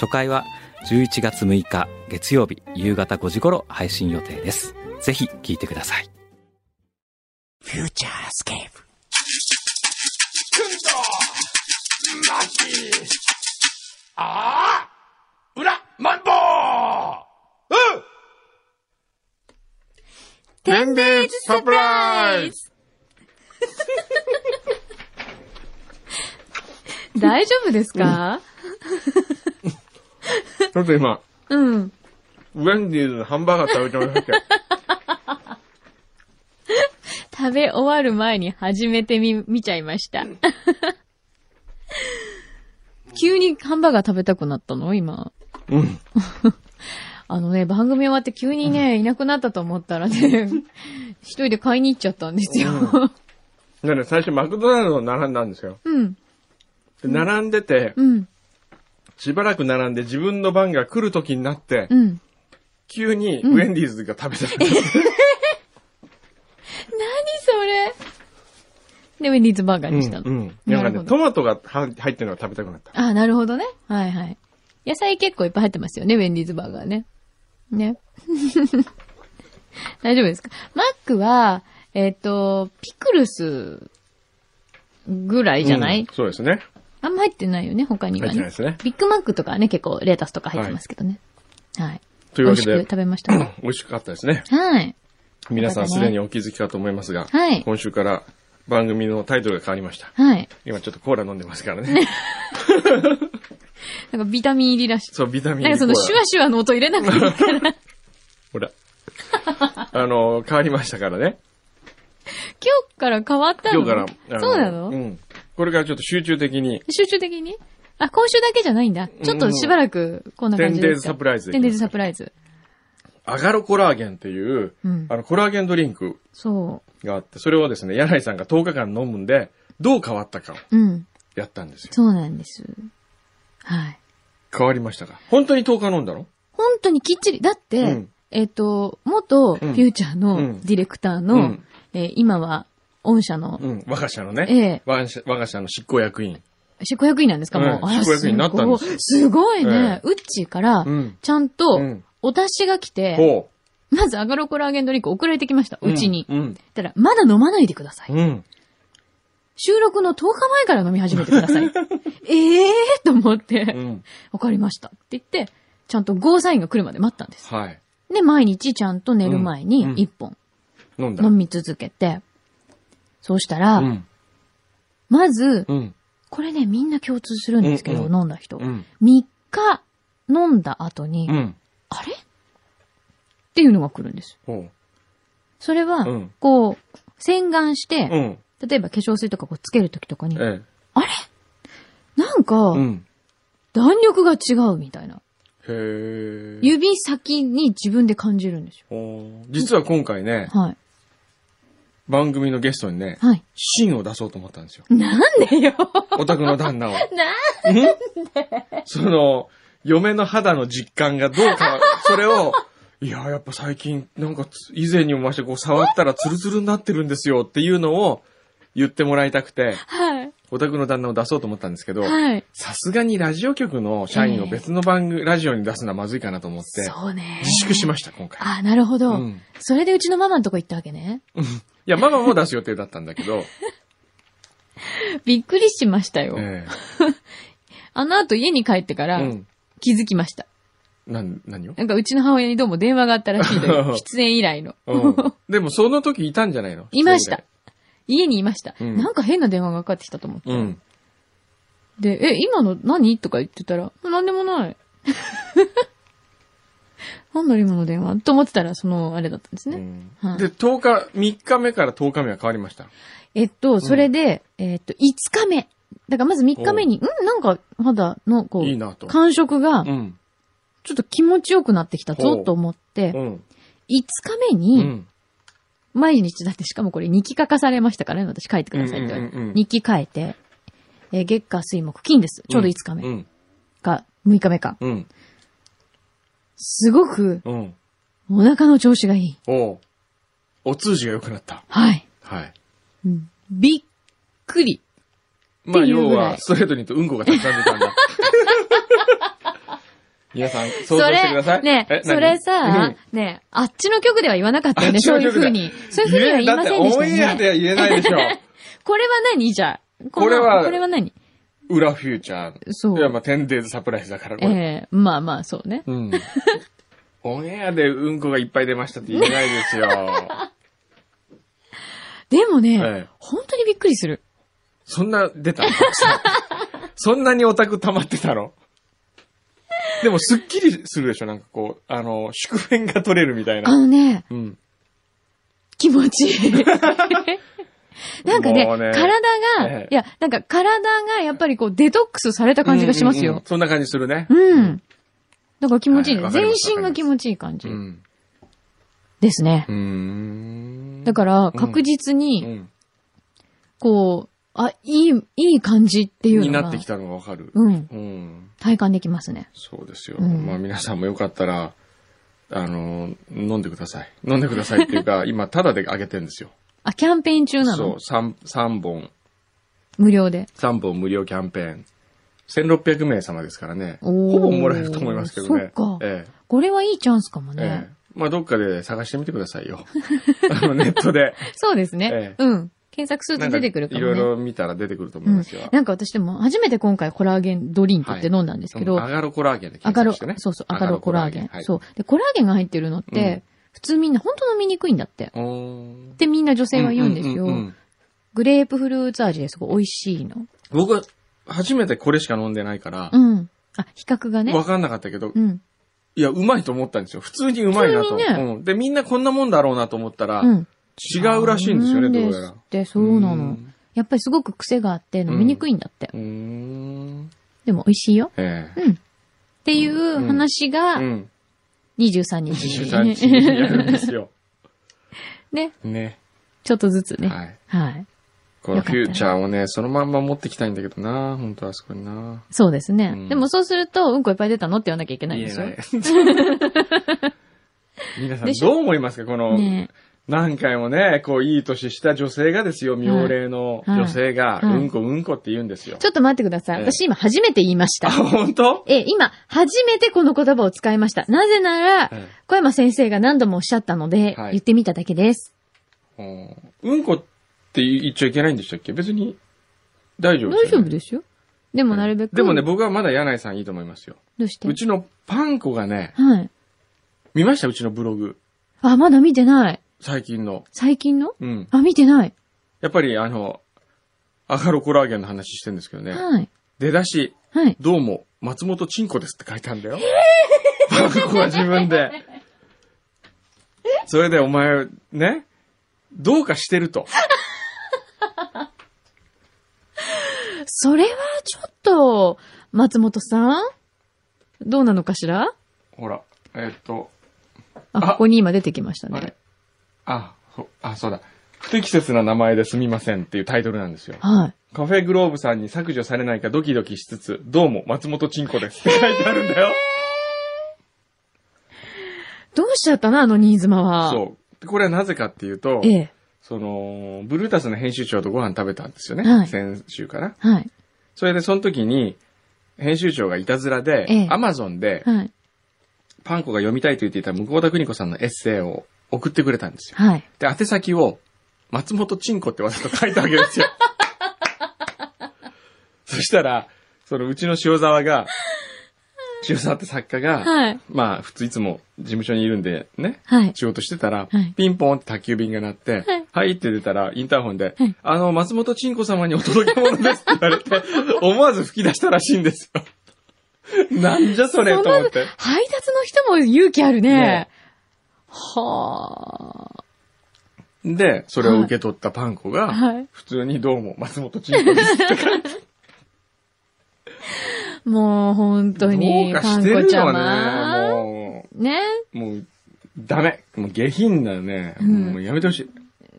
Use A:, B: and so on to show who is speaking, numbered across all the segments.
A: 初回は11月6日月曜日夕方5時頃配信予定ですぜひ聞いてください
B: フューチャースケープ。
C: 裏マンボウうん
D: 天然サプライズ 大丈夫ですか
B: ちょっと今、
D: うん。
B: ウェンディーズのハンバーガー食べて ましたけど、
D: 食べ終わる前に始めてみ、見ちゃいました。 急にハンバーガー食べたくなったの今。
B: うん。
D: あのね、番組終わって急にね、いなくなったと思ったらね、 一人で買いに行っちゃったんですよ。
B: だから最初マクドナルドを並んだんですよ。
D: うん、
B: で、並んでて、
D: うん、
B: しばらく並んで自分の番が来る時になって、
D: うん。
B: 急にウェンディーズが食べた。
D: 何それで、ウェンディーズバーガーにしたの。
B: うん。うんなんか
D: なる
B: ね、
D: ほど
B: トマトが入ってるのが食べたくなった。
D: あ、なるほどね。はいはい。野菜結構いっぱい入ってますよね、ウェンディーズバーガーね。ね。 大丈夫ですかマックは、えっ、と、ピクルスぐらいじゃない、
B: うんそうですね。
D: あんま入ってないよね、他には
B: 入ってない
D: ね
B: で。すね。
D: ビッグマックとかはね、結構レタスとか入ってますけどね。はい。
B: とい
D: 美
B: うわ
D: 味
B: け
D: しく
B: で、
D: 食べました か
B: 美味しかったですね。
D: はい。
B: 皆さん
D: そ
B: す
D: うだね
B: でにお気づきかと思いますが、
D: はい
B: 今週から番組のタイトルが変わりました。
D: はい。
B: 今ちょっとコーラ飲んでますからね。
D: なんかビタミン入りらしい。
B: そう、ビタミン
D: なんかその
B: コーラ
D: シュワシュワの音入れなくていい から。
B: ほら。あの、変わりましたからね。
D: 今日から変わったの
B: 今日から。あの
D: そうなの、
B: うん。これからちょっと集中的に、
D: 集中的にあ、今週だけじゃないんだ。ちょっとしばらく、こんな感じですか。
B: テンデーズサプライズ
D: テンデーズサプライズ。
B: アガロコラーゲンっていう、
D: うん
B: あの、コラーゲンドリンク
D: そ
B: があって、それをですね、柳井さんが10日間飲むんで、どう変わったかを
D: う。うん。
B: やったんですよ。
D: そうなんです。はい。
B: 変わりましたか本当に10日飲んだの
D: 本当にきっちり、だって、
B: うん
D: えっ、と、元フューチャ
B: う
D: ーの
B: ん
D: ディレクターの、
B: うん
D: えー今は、御社の
B: うん。我が社のね、
D: ええ
B: 我が社我が社の執行役員。
D: 執行役員なんですか、もう。
B: うん
D: あら
B: 執行役員になったんですよ
D: すごいね。
B: え
D: ウッチーから
B: う、ん。
D: ちゃんと
B: うん、
D: お達しが来て、
B: ほ
D: まずアガロコラーゲンドリンク送られてきました、
B: う。
D: うちに。
B: う
D: 言っ
B: ん。
D: たら、まだ飲まないでください。
B: うん。
D: 収録の10日前から飲み始めてく ださい。ええーと思って、
B: う
D: わ、
B: ん。
D: かりましたって言って、ちゃんとゴーサインが来るまで待ったんです。
B: はい。
D: で、毎日ちゃんと寝る前に
B: うんうん
D: 1本
B: 飲んだ。
D: 飲み続けて、そうしたら、
B: うん。
D: まず、
B: うん。
D: これね、みんな共通するんですけど、
B: うんう
D: 飲んだ人、
B: うん。
D: 3日飲んだ後に、
B: うん。
D: あれっていうのが来るんです。
B: ほ
D: それは、
B: うん
D: こう、洗顔
B: う。
D: し
B: う
D: て、
B: ん。
D: 例えば化粧水とかこうつけるときとかに、
B: ええ。
D: なんか
B: う、ん。
D: 弾力が違うみたいな。
B: へえ。
D: 指先に自分で感じるんです
B: おー実は今回ね、
D: よ。はい。
B: 番組のゲストにね、
D: はい。
B: 芯を出そうと思ったんですよ。
D: なんでよ
B: オタクの旦那を。
D: な
B: その、嫁の肌の実感がどうか、それを、いや、やっぱ最近、なんかつ、以前にもまして、こう、触ったらツルツルになってるんですよっていうのを言ってもらいたくて、
D: はい。
B: オタクの旦那を出そうと思ったんですけど、
D: はい。
B: さすがにラジオ局の社員を別の番組、ラジオに出すのはまずいかなと思って、
D: そうね。
B: 自粛しました、今回。
D: あ、なるほ
B: う
D: ど、
B: ん
D: それでうちのママのとこ行ったわけね。
B: いや、ママも出す予定だったんだけど、
D: びっくりしましたよ。
B: え
D: あの後家に帰ってか
B: え
D: ら
B: うん。
D: 気づきました。
B: なん、何を
D: なんかうちの母親にどうも電話があったらしいとい う。出演以来の。
B: うんでもその時いたんじゃないの
D: いました。。家にいました、
B: うん
D: なんか変な電話がかかってきたと思って。
B: うん。
D: で、え、今の何とか言ってたら、なんで もない。なんだ今の電話と思ってたら、その、あれだったんです
B: う
D: ね。
B: ん
D: はい
B: で、10日、3日目から10日目は変わりました。
D: えっと、それで、えっと、5日目。だからまず3日目に、うん、なんか、肌の、こ、
B: いいうなと。
D: 感触が
B: う、ん。
D: ちょっと気持ちよくなってきた
B: ほ
D: ぞ
B: う
D: と思って
B: う、ん。
D: 5日目
B: う
D: に、
B: ん。
D: 毎日だってしかもこれ日記書かされましたからね、私書いてくださいって言われて。
B: うんうんうんうん
D: 日記書いて、えー月火水木金です。ちょうど5日
B: う
D: 目
B: ん。
D: か、6日目か。
B: うん。
D: すごく
B: うん。
D: お腹の調子がいい。
B: おうお通じが良くなった。
D: はい。
B: はい。
D: うんびっくり。
B: まあ、
D: っていう
B: 要
D: ぐらい
B: は、ストレートに言うとうんこがたくさん出たん だ。皆さん、想
D: そ
B: 像してくださ
D: れ、
B: い。
D: ね
B: え、
D: それ、
B: 何うん
D: さ、ね、あっちの曲では言わなかったよね、
B: あっち
D: そ
B: の
D: ういう
B: 曲で
D: 風に。そういう風には言いませんでした
B: だってオンエア
D: よ
B: で
D: ね。
B: は言えないでしょ。
D: これは何じゃあ。
B: これは
D: これは何
B: 裏フューチャー。
D: そう
B: いや、まあ、10 days サプライズだから、これ。
D: ええまあまあ、そうね。
B: うん。オンエアでうんこがいっぱい出ましたって言えないですよ。
D: でも
B: ええ
D: ね、本当にびっくりする。
B: そんな、出たのたくさんそんなにオタク溜まってたのでも、すっきりするでしょなんかこう、あの、祝編が取れるみたい
D: あ
B: な。
D: のね、
B: うん。
D: 気持ちい い。なんかね、
B: もう
D: 体
B: え
D: が
B: え、
D: いや、なんか体がやっぱりこうデトックスされた感じがします
B: うんうんう
D: よ
B: ん。そんな感じするね。
D: うん。だから気持ちいい
B: は
D: ね。
B: いわかり
D: 全
B: ます
D: 身が気持ちいい感じ
B: うん。
D: ですね。
B: うーん。
D: だから確実
B: う
D: に、
B: ん。
D: こう、あ、いい、いい感じっていう
B: に
D: の
B: な
D: が
B: ってきたのがわかる。
D: う
B: う
D: ん。
B: ん。
D: 体感できますね。
B: そうですよ。
D: うん
B: まあ皆さんもよかったら、あの、飲んでください。飲んでくださいっていう か、今、タダであげてんですよ。
D: あ、キャンペーン中な
B: そ
D: の
B: う、三三本、
D: 無料で。
B: 三本無料キャンペーン。1600名様ですからね。
D: おー
B: ほぼもらえると思いますけどね。
D: そっか
B: え
D: これはいいチャンスかも
B: え。え
D: ね
B: え。。まあ、どっかで探してみてください よ。あの、ネットで。
D: そうです
B: ええ
D: ね。うん。検索する
B: な
D: と
B: んか
D: 出てくるか
B: い
D: もね。
B: ろいろ見たら出てくると思
D: う
B: い
D: ん
B: ますよ。
D: なんか私でも初めて今回コラーゲンドリンクって飲んだんですけ
B: う
D: ど、
B: んアガロコラーゲンで検
D: アガロ、
B: 索してね。
D: そうそう、アガロコラーゲン。
B: はい、
D: そう。で、コラーゲンが入ってるのっ
B: う
D: て、普通みんな本当飲みにくいんだって。
B: うーん。
D: ってみんな女性は言うんですよ
B: うう。うん
D: グレープフルーツ味ですごい美味しいの。
B: 僕は初めてこれしか飲んでないから、
D: うん。あ、比較がね
B: わ。かんなかったけど、
D: うん。
B: いや、うまいと思ったんですよ。普通にうまいなと。
D: 普通にね
B: うん、で、みんなこんなもんだろうなと思ったら、
D: うん。
B: 違うらしいんですよね、どうや
D: です
B: ら
D: っ。て、そうな
B: う
D: の
B: ん。
D: やっぱりすごく癖があって飲みにくいんだって。
B: うーん。
D: でも美味しいよ。
B: ええ。
D: うん。っていう話が
B: う、 ん。
D: 23日に。
B: 23日にやるんですよ。
D: ね。
B: ね。
D: ちょっとずつね。は。
B: はいい。このフューチャーをね、そのまんま持ってきたいんだけどな、本当あそこにな。
D: そうですね。
B: うん
D: でもそうすると、うんこいっぱい出たのって言わなきゃいけないん
B: 言
D: で
B: え
D: すよ。
B: ない。 皆さん
D: でしょ
B: どう思いますかこの、
D: ね
B: 何回もね、こう、いい年した女性がですよ、妙齢の女性が、
D: はいはい
B: うんこうんこって言うんですよ
D: え。ちょっと待ってください。
B: ええ
D: 私今初めて言いまし
B: あ、
D: た。
B: 本当
D: ええ、今、初めてこの言葉を使いました。なぜなら、
B: ええ
D: 小山先生が何度もおっしゃったので、
B: はい
D: 言ってみただけです。
B: うんうんこって言っちゃいけないんでしたっけ別に、大丈夫
D: 大丈夫
B: すよね。
D: ですよ。でもなるべく。
B: でもね、僕はまだ柳井さんいいと思いますよ。
D: どうして
B: うちのパン粉がね、
D: はい。
B: 見ましたうちのブログ。
D: あ、まだ見てない。
B: 最近の。
D: 最近の
B: うん。
D: あ、見てない。
B: やっぱり、あの、アガロコラーゲンの話してるんですけどね。
D: はい。
B: 出だし、
D: はい。
B: どうも、松本チンコですって書いたんだよ。パン粉は自分で。それでお前、ね、どうかしてると。
D: それはちょっと、松本さんどうなのかしら
B: ほら、えーっと、
D: あ、
B: あ
D: ここに今出てきました
B: あ
D: ね
B: れ。あ、ほあ、そうだ。不適切な名前ですみませんっていうタイトルなんですよ。
D: はい。
B: カフェグローブさんに削除されないかドキドキしつつ、どうも松本チンコですって書いてあるんだよ。
D: どうしちゃったな、あの新妻は。
B: そう。でこれはなぜかっていうと、
D: ええ。
B: その、ブルータスの編集長とご飯食べたんですよね。
D: はい
B: 先週かな。
D: はい。
B: それでその時に、編集長がいたずらで、
D: ええ
B: アマゾンで、
D: はい。
B: パンコが読みたいと言っていた向田邦子さんのエッセイを送ってくれたんですよ。
D: はい。
B: で、宛先を、松本チンコってわざと書いたわけです よ。そしたら、そのうちの塩沢 が、塩沢って作家が、
D: はい。
B: まあ普通いつも事務所にいるんでね、
D: はい。
B: 仕事してたら、
D: はい
B: ピンポンって宅急便が鳴って、はいい、って出たらインターホンで、
D: はい
B: あの、松本チンコ様にお届け物ですって言われて、 思わず吹き出したらしいんですよ。 なんじゃそれと思って。
D: 配達の人も勇気あるね
B: ね。
D: は
B: で、それを受け取ったパンコ
D: あ。
B: が、
D: はい。
B: 普通にどうも松本チンコですって書いて
D: もう、本当
B: ど
D: に。
B: うか
D: か
B: し
D: ん
B: て
D: こ
B: る
D: ちゃ
B: よ
D: ま。
B: ね。も
D: ね。
B: う、もう、ダメ。もう下品だよね。
D: うん
B: もうやめてほしい。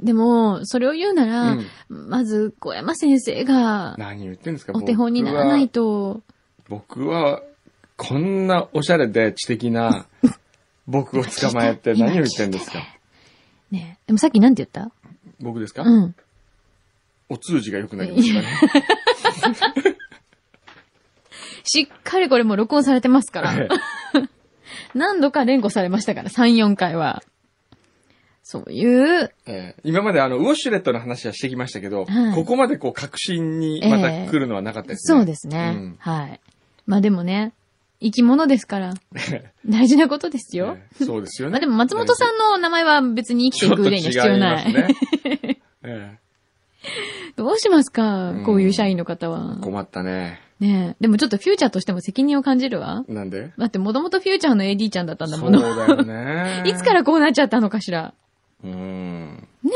D: でも、それを言うなら、
B: うん
D: まず、小山先生が、
B: 何言ってんですか
D: お手本にならないと。
B: 僕は、こんなおしゃれで知的 な僕を捕まえて何を言ってんですか
D: ね。でもさっきなんて言った
B: 僕ですか、
D: うん。
B: お通じが良くなりましたね。
D: しっかりこれもう録音されてますか
B: え
D: ら。何度か連呼されましたから、3、4回は。そういう、
B: えええ今まであの、ウォシュレットの話はしてきましたけど、
D: はい
B: ここまでこう、確信にまた来るのはなかったですね。
D: そうですね。
B: うん
D: はい。まあでもね、生き物で すから、大事なことですよ。
B: ええそうですよね。
D: まあでも松本さんの名前は別に生きて
B: ち
D: い
B: ょっ
D: く
B: と
D: 上には必要
B: 違いま
D: な
B: す
D: い。
B: ね。え
D: どうしますか、
B: うん
D: こういう社員の方は
B: え。困ったね。
D: ねえでもちょっとフューチャーとしても責任を感じるわ。
B: なんで
D: だってもともとフューチャーの AD ちゃんだったんだ
B: そ
D: も
B: う
D: の。
B: だよね。
D: いつからこうなっちゃったのかしら。
B: うん。
D: ね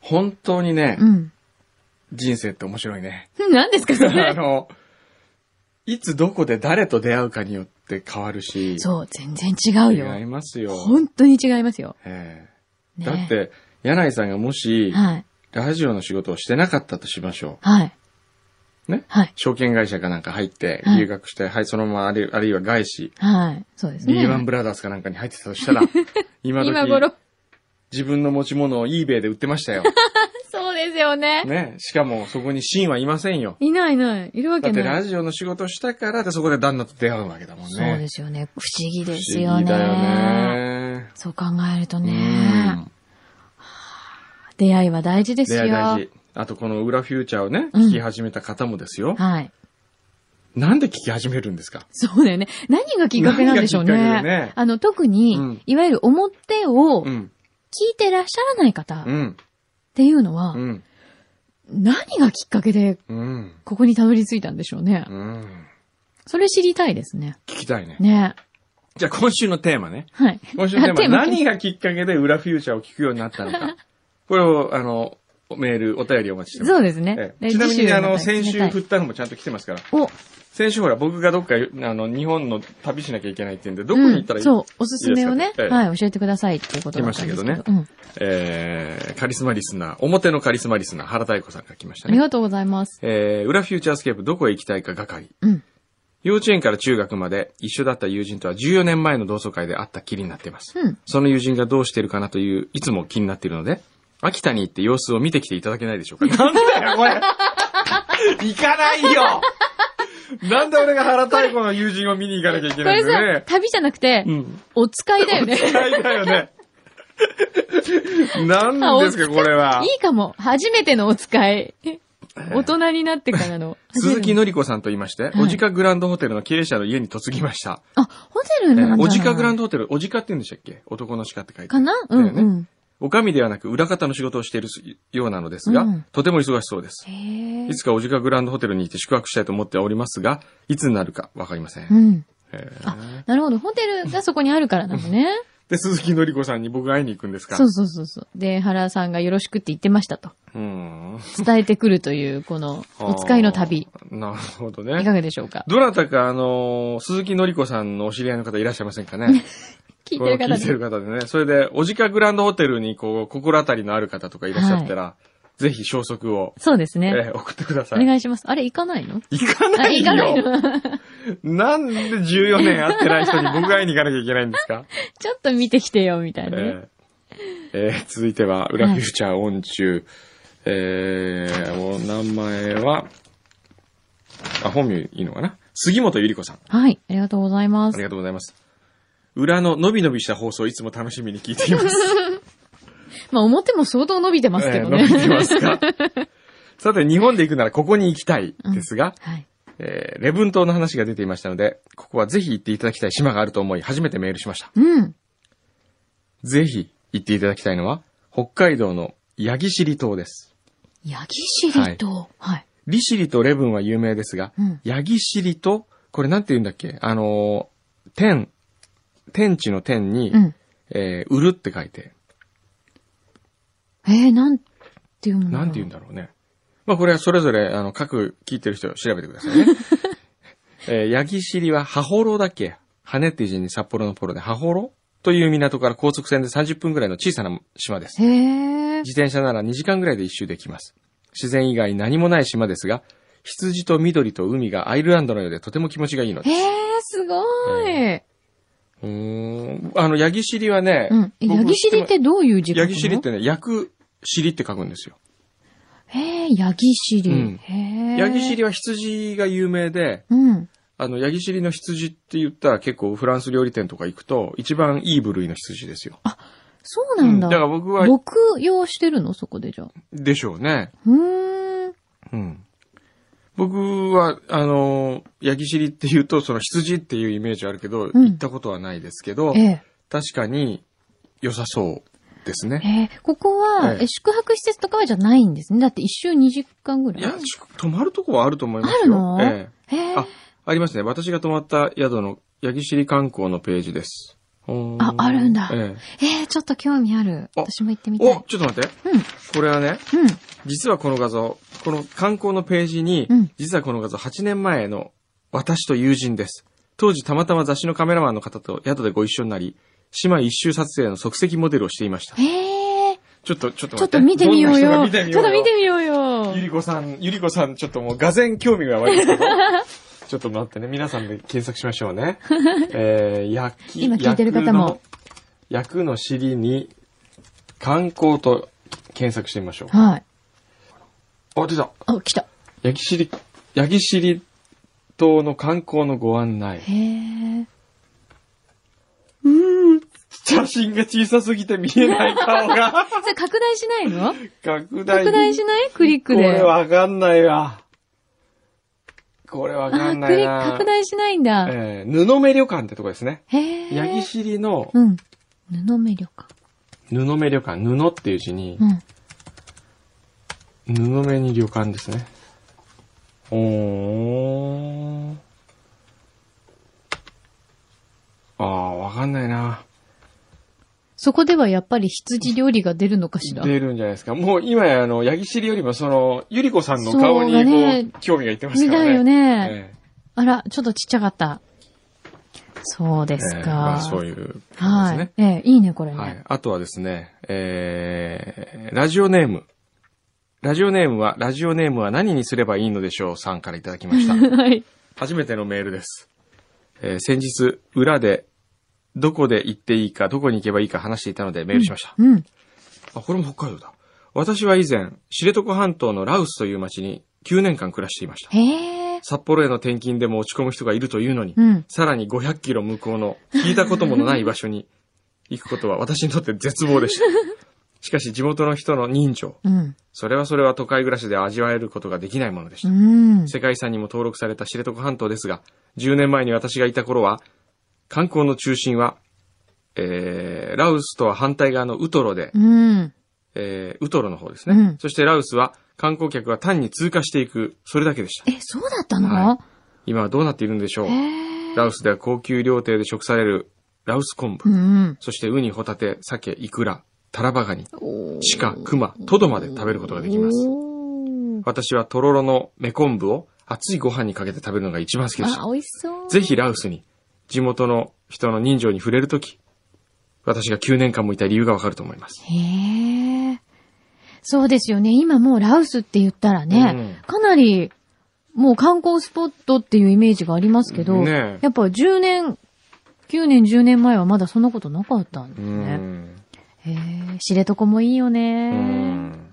B: 本当にね
D: え。、うん。
B: 人生って面白いね。
D: 何ですか そ
B: あ
D: れ。
B: の、いつどこで誰と出会うかによって変わるし、
D: そう、全然違う
B: 違い
D: よ。
B: ますよ。
D: 本当に違いますよ。
B: ええ
D: ね
B: だって、柳井さんがもし、
D: はい。
B: ラジオの仕事をしてなかったとしましょ
D: はい。
B: う。ね
D: はい。
B: 証券会社かなんか入って、
D: はい
B: 留学して、はい、そのままある、あるいは外資、
D: はい。そうですね。
B: B1 ブラザーズかなんかに入ってたと したら、今時
D: 今頃、
B: 自分の持ち物を eBay で売ってま したよ。
D: そうですよね。
B: ね。しかも、そこにシンはいませんよ。
D: いないいない。いるわ
B: だ
D: け
B: って
D: な
B: ラ
D: い。
B: ジオの仕事をしたから、でそこで旦那と出会うわけだもんね。
D: そうですよね。不思議です
B: 不
D: よ
B: 思
D: ね。
B: 議だよね。
D: そう考えると
B: う
D: ね。
B: ん。
D: 出会いは大事です
B: 出
D: よ。
B: 会い大事。あとこの裏フューチャーをね、
D: うん
B: 聞き始めた方もですよ。
D: はい。
B: なんで聞き始めるんですか
D: そうだよね。何がきっかけなんでしょうね。
B: 何がきっかけでね
D: あの、特
B: う
D: に
B: ん、
D: いわゆる表を
B: う
D: 聞
B: ん。
D: いてらっしゃらない方っ
B: うん。
D: ていうのは
B: う、ん。
D: 何がきっかけで
B: うん。
D: ここにたどり着いたんでしょうね。
B: うん。
D: それ知りたいですね。
B: 聞きたいね。
D: ね。
B: じゃあ今週のテーマね。
D: はい。
B: 今週の テーマ、
D: あ
B: 何がきっかけで裏フューチャーを聞くようになったの か。これを、あの、メール、お便りお待ちしてます。
D: そうですね
B: え。え
D: で
B: ちなみ
D: 次
B: に、
D: 週
B: あ
D: ま
B: の、
D: た
B: 先週
D: 冷た
B: 振
D: い
B: ったのもちゃんと来てますから。
D: お、
B: 先週ほら、僕がどっか、あの、日本の旅しなきゃいけないって言うんで、どこに行ったらいい、
D: うんそう、おすすめをね
B: いいですかえ、え
D: はい、教えてくださいっていうことだったんです
B: 来ましたけ
D: ど。うん。
B: えー、カリスマリスナー、表のカリスマリスナー、原太子さんが来ました
D: あり
B: ね。
D: がとうございます。
B: えー、裏フューチャースケープ、どこへ行きたいか係。
D: うん。
B: 幼稚園から中学まで一緒だった友人とは14年前の同窓会で会ったきりになっています。
D: うん。
B: その友人がどうしてるかなという、いつも気になっているので、秋田に行って様子を見てきていただけないでしょ うか。なんでだよ、これ 行かないよなんで俺が原太鼓の友人を見に行かなきゃいけ
D: こ
B: ない
D: れ
B: んだよ
D: さ
B: ね、。
D: 旅じゃなくて
B: う、ん。
D: お使いだよね。
B: 大変だよね。 なんですか、これは。
D: いいかも。初めてのお使い。大人になってか らの。
B: 鈴木
D: の。
B: のりこさんと言いまして、
D: い
B: おじかグランドホテルの経営者の家に嫁ぎました。
D: あ、ホテル
B: え
D: なんだ。
B: おじかグラン
D: ド。
B: ドホテル、おじかって言うんでしたっけ男の鹿って書いてあ
D: か
B: る
D: なうん
B: だ
D: う
B: よね
D: ん。
B: おかみではなく裏方の仕事をしているようなのですが、
D: うん
B: とても忙しそうです。
D: へえ
B: い。つかおじかグランドホテルに行って宿泊したいと思っておりますが、いつになるかわかりません。
D: うん。
B: えー
D: なるほど。ホテルがそこにあるからなのね。
B: で、鈴木のりこさんに僕会いに行くんですか
D: そうそうそうそう。で、原さんがよろしくって言って ましたと。
B: うーん。
D: 伝えてくるという、この、お使いの旅。
B: あー。なるほど
D: い
B: ね
D: か。がでしょうか
B: どなたか、あのー鈴木のりこさんのお知り合いの方いらっしゃいませんかね
D: 聞いてる
B: これを
D: 方
B: 聞いてる
D: で。
B: 方でね。それで、おじかグランドホテルに、こう、心当たりのある方とかいらっしゃったら、ぜひ消息を、
D: そうです
B: え
D: ね。
B: ー送ってくださ
D: お
B: い。
D: 願いします。あれ、行かないの
B: 行か
D: あ、
B: ない
D: 行
B: よ
D: かないの
B: なんで14年会ってない人に僕会いに行かなきゃいけないん ですか、
D: ちょっと見てきてよ、みたいなね。
B: えーえー続いては、裏フューチャー音中。えー、お名前は、あ、本名いいのかな杉本ゆり子さん。
D: はい。ありがとうございま
B: あり
D: す。
B: がとうございます。裏ののびのびした放送いつも楽しみに聞いています。
D: まあ、表も相当伸びてますけど
B: え
D: ね
B: ー。伸びてますか さて、日本で行くならここに行きたいですが、
D: はい。
B: えーレブン島の話が出ていましたので、ここはぜひ行っていただきたい島があると思い、初めてメールしました。
D: うん。
B: ぜひ行っていただきたいのは、北海道のヤギ尻島です。
D: ヤギシリと、はい。
B: 利尻とレブンは有名ですが、
D: うん
B: ヤギ尻と、これなんて言うんだっけあのー天、天地の天に、
D: うん。
B: えー売るって書いて、
D: えー、なんていうもの
B: なんて 言うんだろうね。まあこれはそれぞれ、あの、各聞いてる人調べてくださいね。えー、ヤギ尻は、羽幌だっけ羽っていう字に札幌のポロで、羽幌という港から高速船で30分ぐらいの小さな島です。
D: へえ。
B: 自転車なら2時間ぐらいで一周できます。自然以外何もない島ですが、羊と緑と海がアイルランドのようでとても気持ちがいいので
D: へ
B: す。
D: え、すごい。
B: うーん。あの、ヤギ尻はね、
D: うん。えヤ
B: 僕
D: ギ尻ってどういう
B: 知
D: 字書くの
B: ヤギ尻っ。てね、焼く尻って書くんですよ。
D: へえ、ヤギ尻。
B: うん
D: へえ。
B: ヤギ尻は羊が有名で、
D: うん。
B: あの、ヤギ尻の羊って言ったら結構フランス料理店とか行くと、一番いい部類の羊ですよ。
D: そうなん
B: だか
D: だ。
B: ら僕は、
D: 牧養してるのそこでじゃあ。
B: でしょうね。
D: うーん。
B: うん。僕は、あの、ヤギ尻って言うと、その羊っていうイメージあるけど、
D: うん
B: 行ったことはないですけど、
D: ええ。
B: 確かに良さそうですね。
D: えー、ここは、
B: ええ
D: え宿泊施設とかはじゃないんですね。だって一周2時間ぐら
B: い
D: い。
B: や、し泊まるとこはあると思いますよ。
D: あるの
B: ええ
D: えー
B: あ、ありますね。私が泊まった宿のヤギ尻観光のページです。ほー
D: ああるんだ
B: え
D: えーちょっと興味ある。
B: あ
D: 私も行ってみ
B: え
D: たい
B: お、。ちょっと待って。
D: うん、
B: これはね、
D: うん。
B: 実はこの画像、この観光のページに、
D: うん
B: 実はこの画像8年前の私と友人です。当時たまたま雑誌のカメラマンの方と宿でご一緒になり、島一周撮影の即席モデルをしていました。
D: えー、
B: ちょっと、ちょっと
D: ち
B: 待
D: ょっ
B: って。
D: と見てみよ
B: ど
D: う
B: んな人が
D: よ。
B: 見てみ
D: ち
B: ようよ
D: ょっと見てみようよ
B: ゆ。りこさん、ゆりこさん、ちょっともう、がぜ興味が湧いて る。ちょっと待ってね、皆さんで検索しましょう ね。えー、焼き、
D: 今聞いてる方
B: 焼くの。
D: も
B: 焼くの尻に、観光と検索してみましょう。
D: はい。
B: あ、出た。
D: あ、来た。
B: 焼き尻、焼き尻島の観光のご案内。
D: へー
B: 写真が小さすぎて見えない顔が。
D: それ拡大しないの
B: 拡大。
D: 拡大しないクリックで。
B: これわかんないわ。これわかん
D: あ、
B: な
D: ク
B: い
D: リ
B: な。
D: 拡大しないんだ。
B: えー、布目旅館ってとこですね。
D: へ
B: ヤギ
D: ー
B: 尻の
D: うん。布目旅館。
B: 布目旅館、布っていう字に
D: う、ん。
B: 布目に旅館ですね。おー。あー、わかんないな。
D: そこではやっぱり羊料理が出るのかしら。
B: 出るんじゃないですか。もう今やあの、ヤギ尻よりもその、ゆりこさんの顔に
D: そうだ
B: こう、
D: ね
B: 興味がいってます
D: 見
B: から
D: た
B: ね。
D: いよね。
B: え
D: あら、ちょっとちっちゃかった。そうで
B: え
D: す
B: え
D: か。
B: えまあそういうことですね。
D: はい。ええ、いいね、これね。
B: はい。あとはですね、えー、ラジオネーム。ラジオネームは、ラジオネームは何にすればいいのでしょうさんからいただきました。
D: はい。
B: 初めてのメールです。えー先日、裏で、どこで行っていいか、どこに行けばいいか話していたのでメールしました。
D: うん。
B: あ、これも北海道だ。私は以前、知床半島のラウスという町に9年間暮らしていました。
D: へえ。
B: 札幌への転勤でも落ち込む人がいるというのに、
D: うん。
B: さらに500キロ向こうの聞いたこともない場所に行くことは私にとって絶望でした。しかし地元の人の人情、
D: うん。
B: それはそれは都会暮らしで味わえることができないものでした。
D: うん。
B: 世界遺産にも登録された知床半島ですが、10年前に私がいた頃は、観光の中心は、えー、ラウスとは反対側のウトロで、
D: うん。
B: えー、ウトロの方ですね。
D: うん
B: そしてラウスは観光客が単に通過していく、それだけでした。
D: え、そうだったの、
B: は今はどうなっているんでしょう
D: へ。え。
B: ラウスでは高級料亭で食されるラウス昆布、
D: うん。
B: そしてウニ、ホタテ、鮭、イクラ、タラバガニ、
D: おー
B: シカ、クマ、トドまで食べることができます。
D: おー
B: 私はとろろのメ昆布を熱いご飯にかけて食べるのが一番好きでした
D: あ、。美味しそう。
B: ぜひラウスに、地元の人の人情に触れるとき、私が9年間もいた理由がわかると思います。
D: へえ。そうですよね。今もうラウスって言ったらね、
B: うん
D: かなり、もう観光スポットっていうイメージがありますけど、
B: ねえ
D: やっぱ10年、9年、10年前はまだそんなことなかったんで
B: う
D: すね。
B: ん。
D: へえ、知床もいいよ
B: う
D: ね。
B: ん。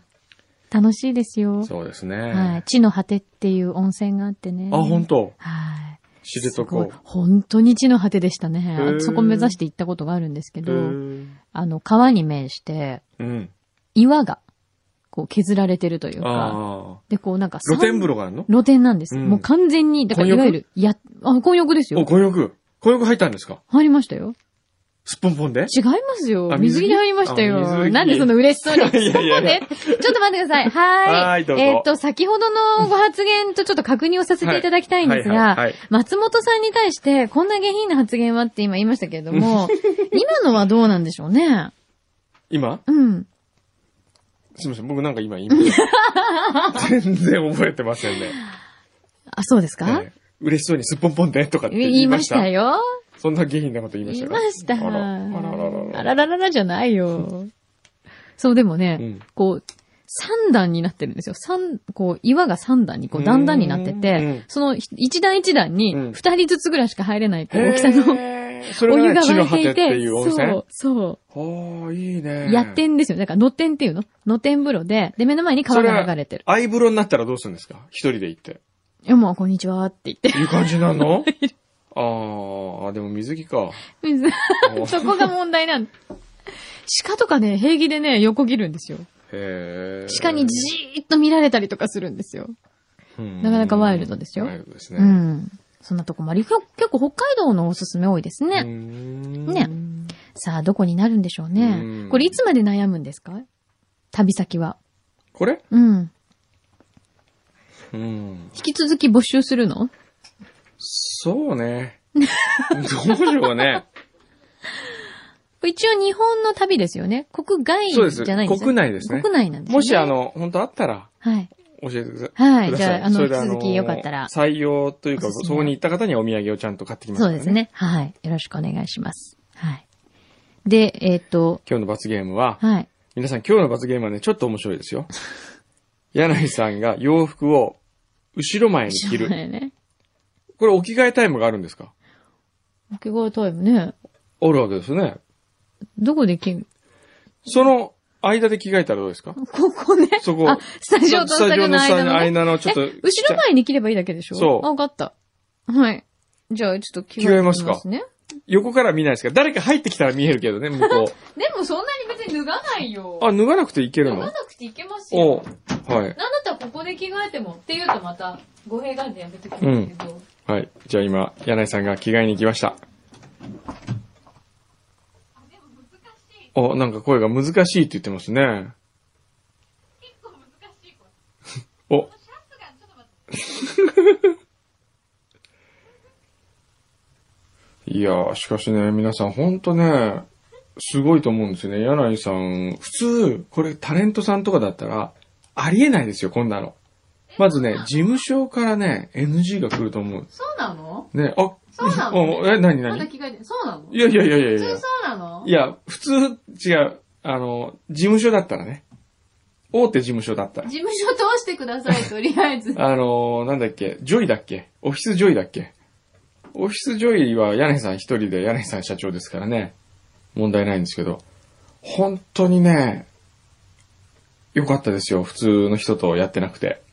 D: 楽しいですよ。
B: そうです
D: はい。
B: ね。
D: 地の果てっていう温泉があってね。
B: あ、本当
D: はい。
B: 知
D: すごい
B: 床。
D: 本当に地の果てでしたね。
B: へえ
D: そこ目指して行ったことがあるんですけ
B: う
D: ど、
B: ん。
D: あの、川に面して、
B: うん。
D: 岩が、こう削られてるというか、
B: ああ。
D: で、こうなんか、
B: 露天風呂があるの
D: 山露天なんです。
B: うん
D: もう完全に、だからい
B: 混浴
D: わゆる、や、あ、混浴です
B: お、
D: よ。
B: 混浴。混浴入ったんですか
D: 入りましたよ。
B: すっぽんぽんで
D: 違いますよ。
B: あ
D: 水
B: 水着
D: 着で入りました
B: あ水
D: よ。
B: 着
D: なんでその嬉しそうに。
B: いやいやいや
D: ちょっと待ってちょっと待って ください。はーい。
B: はーいどうぞ
D: えっと、先ほどのご発言とちょっと確認をさせていただきたいんです
B: はいはいはい
D: が
B: はい、
D: 松本さんに対して、こんな下品な発言はって今言いましたけれど も、今のはどうなんでしょうね。
B: 今
D: うん。
B: すみません、僕 なんか今言いました。全然覚えてませんね。
D: あ、そうですか
B: ええ嬉しそうにすっぽんぽんでとかって
D: 言
B: 言い
D: い
B: ま
D: ま
B: し。
D: したたよ。
B: そんな下品なこと言いま
D: 言
B: し
D: い
B: た
D: ました。
B: あら、あらららら。
D: あららららじゃないよ。そう、でもね、
B: うん
D: こう、三段になってるんですよ。三、こう、岩が三段に、こう、段々になって
B: う
D: て
B: ん、
D: その一段一段に
B: うん
D: 二人ずつぐらいしか入れない、こう大きさの
B: へーそれ
D: お
B: がね
D: 湯が
B: 地の果
D: 沸い
B: て
D: て
B: っ
D: い
B: て
D: て、
B: いう温泉
D: そう、そ
B: はあ、いいね。
D: う。やってんですよ。だから、野天っていうの野天風呂で、で、目の前に川が流れてる。
B: アイブロになったらどうするんですか一人で行って。
D: いや、もう、こんにちはって 言って。
B: いう感じなのああ、でも水着 か。
D: そこが問題なん鹿とかね、平気でね、横切るんですよ。
B: へー
D: 鹿にじーっと見られたりとかするんですよ。なかなかワイルドですよ
B: ワイルドですね。
D: うん。そんなとこもあり、結構北海道のおすすめ多いです
B: うー
D: ね。
B: ん
D: ねさあ、どこになるんでしょう
B: う
D: ね
B: ん。
D: これいつまで悩むんですか旅先は。
B: これ
D: うん。
B: うん。
D: 引き続き募集するの
B: そうね。どうしよう ね。
D: 一応日本の旅ですよね。国外
B: そうです
D: じゃないんですよ
B: 国内ですね
D: 国内なんですね。
B: もしあ、の、本当あったら
D: はい。
B: 教えてください。
D: はい。じゃあ、あ
B: そ
D: の、
B: れ
D: 引
B: で
D: き続きよかったら。
B: 採用というか、
D: おすすめ
B: そこに行った方にはお土産をちゃんと買ってきます
D: そ
B: か
D: う
B: ら
D: です。ね。はい。よろしくお願いします。はい。で、えっと、
B: 今日の罰ゲームは、
D: はい。
B: 皆さん今日の罰ゲームはね、ちょっと面白いですよ。柳井さんが洋服を後ろ前に着る。
D: ね。
B: これお着替えタイムがあるんですか
D: お着替えタイムね。
B: あるわけですね。
D: どこで着る
B: その間で着替えたらどうですか
D: ここね。
B: そこ
D: あ、 スタジオとスタジオの間の、ね。
B: 間のちょっと、
D: え後ろ前に着ればいいだけでしょ
B: そう
D: あ、わかった。はい。じゃあ、ちょっと着
B: 着替えますか
D: ね。
B: 横から見ないですか誰か入ってきたら見えるけどね、向こ
D: でもそんなに別に脱がないよ。
B: う。あ、脱がなくていける
D: 脱が
B: の
D: なくていけます
B: お
D: よ。
B: うはい。
D: なんだったらここで着替えてもっていうとまた、語弊があるんでやめてくれるけど。
B: はい。じゃあ今、柳井さんが着替えに行きました。お、なんか声が難しいって言ってますね。 お。いやー、しかしね、皆さんほんとね、すごいと思うんですよね。柳井さん、普通、これタレントさんとかだったら、ありえないですよ、こんなの。まずね、事務所からね、NG が来ると思う。
D: そうなの
B: ね、あ、
D: そうなの
B: おえ、なにな
D: まだ
B: に
D: 着替えて、そうなの
B: いやいやいやいやい
D: 普
B: や
D: 通。そうなの
B: いや、普通、違う。あの、事務所だったらね。大手事務所だったら。
D: 事務所通してください、とりあ えず。
B: あの、なんだっけ、ジョイだっけオフィスジョイだっけオフィスジョイは柳井さん一人で柳井さん社長ですからね。問題ないんですけど。本当にね、良かったですよ。普通の人とやってなくて。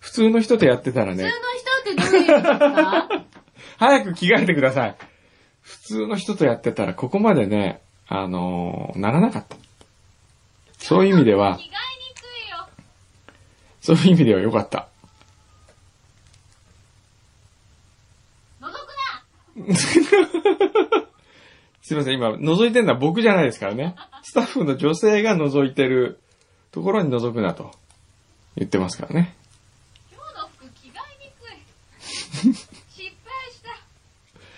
B: 普通の人とやってたらね。
D: 普通の人ってどういう意味で すか
B: 早く着替えてください。普通の人とやってたら、ここまでね、あのーならなかった。そういう意味では、そういう意味では良かった。 すいません、今、覗いてるのは僕じゃないですからね。スタッフの女性が覗いてるところに覗くなと言ってますからね。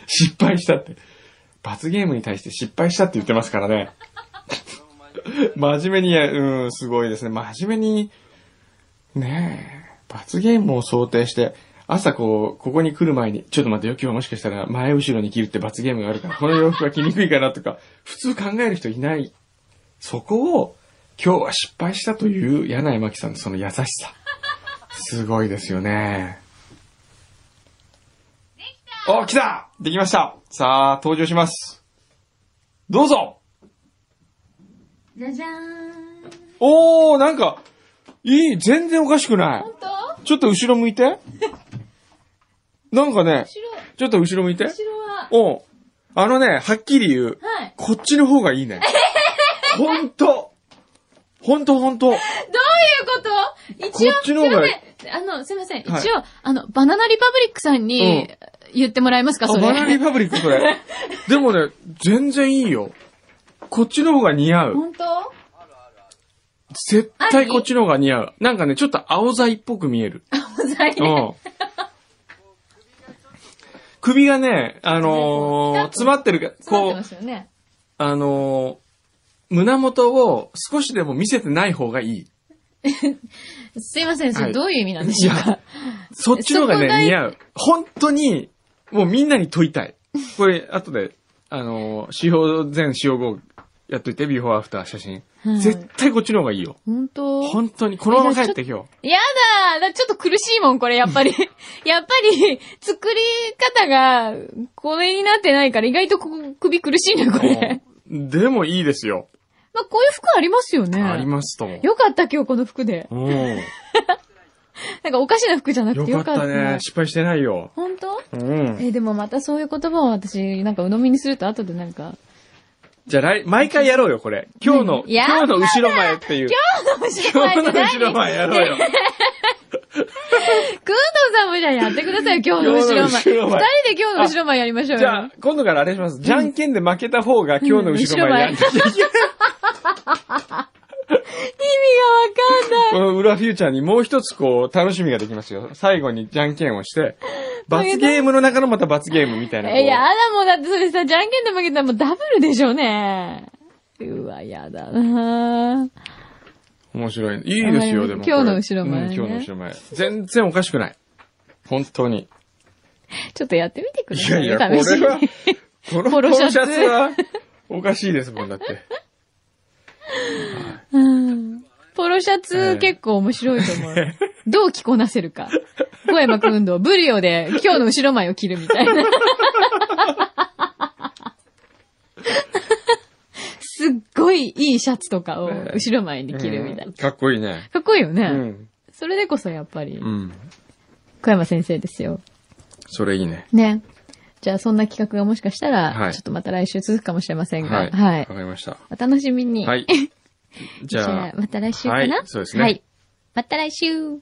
B: 失敗したって。罰ゲームに対して失敗したって言ってますからね。真面目にや、うん、すごいですね。真面目に、ねえ、罰ゲームを想定して、朝こう、ここに来る前に、ちょっと待ってよ、今日はもしかしたら前後ろに着るって罰ゲームがあるから、この洋服は着にくいかなとか、普通考える人いない。そこを、今日は失敗したという柳井真紀さんのその優しさ。すごいですよね。お、来たできましたさあ、登場します。どうぞ
D: じゃじゃーん。
B: おー、なんか、いい、全然おかしくない。
D: 本当
B: ちょっと後ろ向いて。なんかね、
D: 後ろ、
B: ちょっと後ろ向いて。
D: 後ろは、
B: おうあのね、はっきり言う。
D: はい。
B: こっちの方がいい ね。ほんと。ほんとほんと。
D: どういうこと一応、
B: こっち
D: すい
B: の
D: ま
B: 方が
D: せん。あの、すいません。
B: はい
D: 一応、あの、バナナリパブリックさんに言ってもらえますか、
B: あ、
D: それ。
B: バナナリパブリックそれ。 でもね、全然いいよ。こっちの方が似合う。
D: 本当
B: 絶対こっちの方が似合う。なんかね、ちょっと青剤っぽく見える。
D: 在
B: うん。首がね、 あのー詰まってるか、
D: 詰ま
B: こ
D: ってま
B: う、
D: すよね。
B: あのー胸元を少しでも見せてない方がいい。
D: すいません、そ
B: は
D: れ
B: い
D: どういう意味なんでしょう
B: い
D: か。
B: そっちの方が
D: そこが
B: ね、似合う。本当に、もうみんなに問いたい。これ、後で、あのー、使用前、使用後、やっといて、ビフォーアフター写真。
D: はい
B: 絶対こっちの方がいいよ。
D: 本当
B: 本当に、このまま帰って今日。
D: やだだちょっと苦しいもん、これ、やっぱり。 やっぱり、作り方が、これになってないから、意外とここ首苦しいな、こ れ。
B: うんでもいいですよ。
D: まあ、こういう服ありますよね。
B: ありますとも。
D: よかった、今日この服で。
B: うん
D: なんかおかしな服じゃなくて
B: よ
D: よ
B: か
D: か
B: っ
D: っ
B: た
D: た。
B: ね。失敗してないよ。
D: 本当
B: うん。
D: え、でもまたそういう言葉を私、なんか鵜呑みにすると後でなんか、
B: じゃあ来、毎回やろうよ、これ。今日の、
D: いや
B: 今日の後ろ前っていう。
D: 面白
B: 今
D: い
B: 日の
D: って何
B: 後ろ前やろうよ。
D: くんどうさんもじゃあやってくださいよ、今日の後
B: 今日の後ろ
D: ろ前。
B: 前
D: 二人で今日の後ろ前やりましょう
B: じ
D: よ。
B: ゃあ、今度からあれします。じゃんけんで負けた方が今日の後ろ前や
D: うん
B: る。
D: 意味がわかんない。
B: この裏フューチャーにもう一つこう、楽しみができますよ。最後にじゃんけんをして、罰ゲームの中のまた罰ゲームみたいな。こう
D: え、やだもん、だってそれさ、じゃんけんで負けたらもうダブルでしょうね。うわ、やだなぁ
B: 面白い。いいですよ、
D: あ
B: でもこれ。
D: 今日の後ろ前ね
B: うん今日の後ろ前。全然おかしくない。本当に。
D: ちょっとやってみてくだ
B: い
D: さ
B: や
D: い。
B: いや、これ
D: 試しに
B: は、この
D: ポ
B: ポ
D: ロ
B: ロ
D: シ
B: シ
D: ャ
B: ャ
D: ツ
B: ツは、おかしいですもん、だ って。
D: うんポロシャツ結構面白いと思う。どう着こなせるか。小山くんどう、ブリオで今日の後ろ前を着るみたいな。すっごいいいシャツとかを後ろ前に着るみたいな
B: うん。かっこいいね。
D: かっこいいよね。
B: うん。
D: それでこそやっぱり、
B: うん。
D: 小山先生ですよ。
B: それいいね。
D: ね。じゃあそんな企画がもしかしたら、
B: はい
D: ちょっとまた来週続くかもしれません
B: は。
D: が、はい
B: わ
D: い。
B: かりました。
D: お楽しみに。
B: はい。じ
D: じゃ
B: ゃ
D: あ
B: あ、、
D: また来週かな
B: はいそうですね
D: はい。また来週。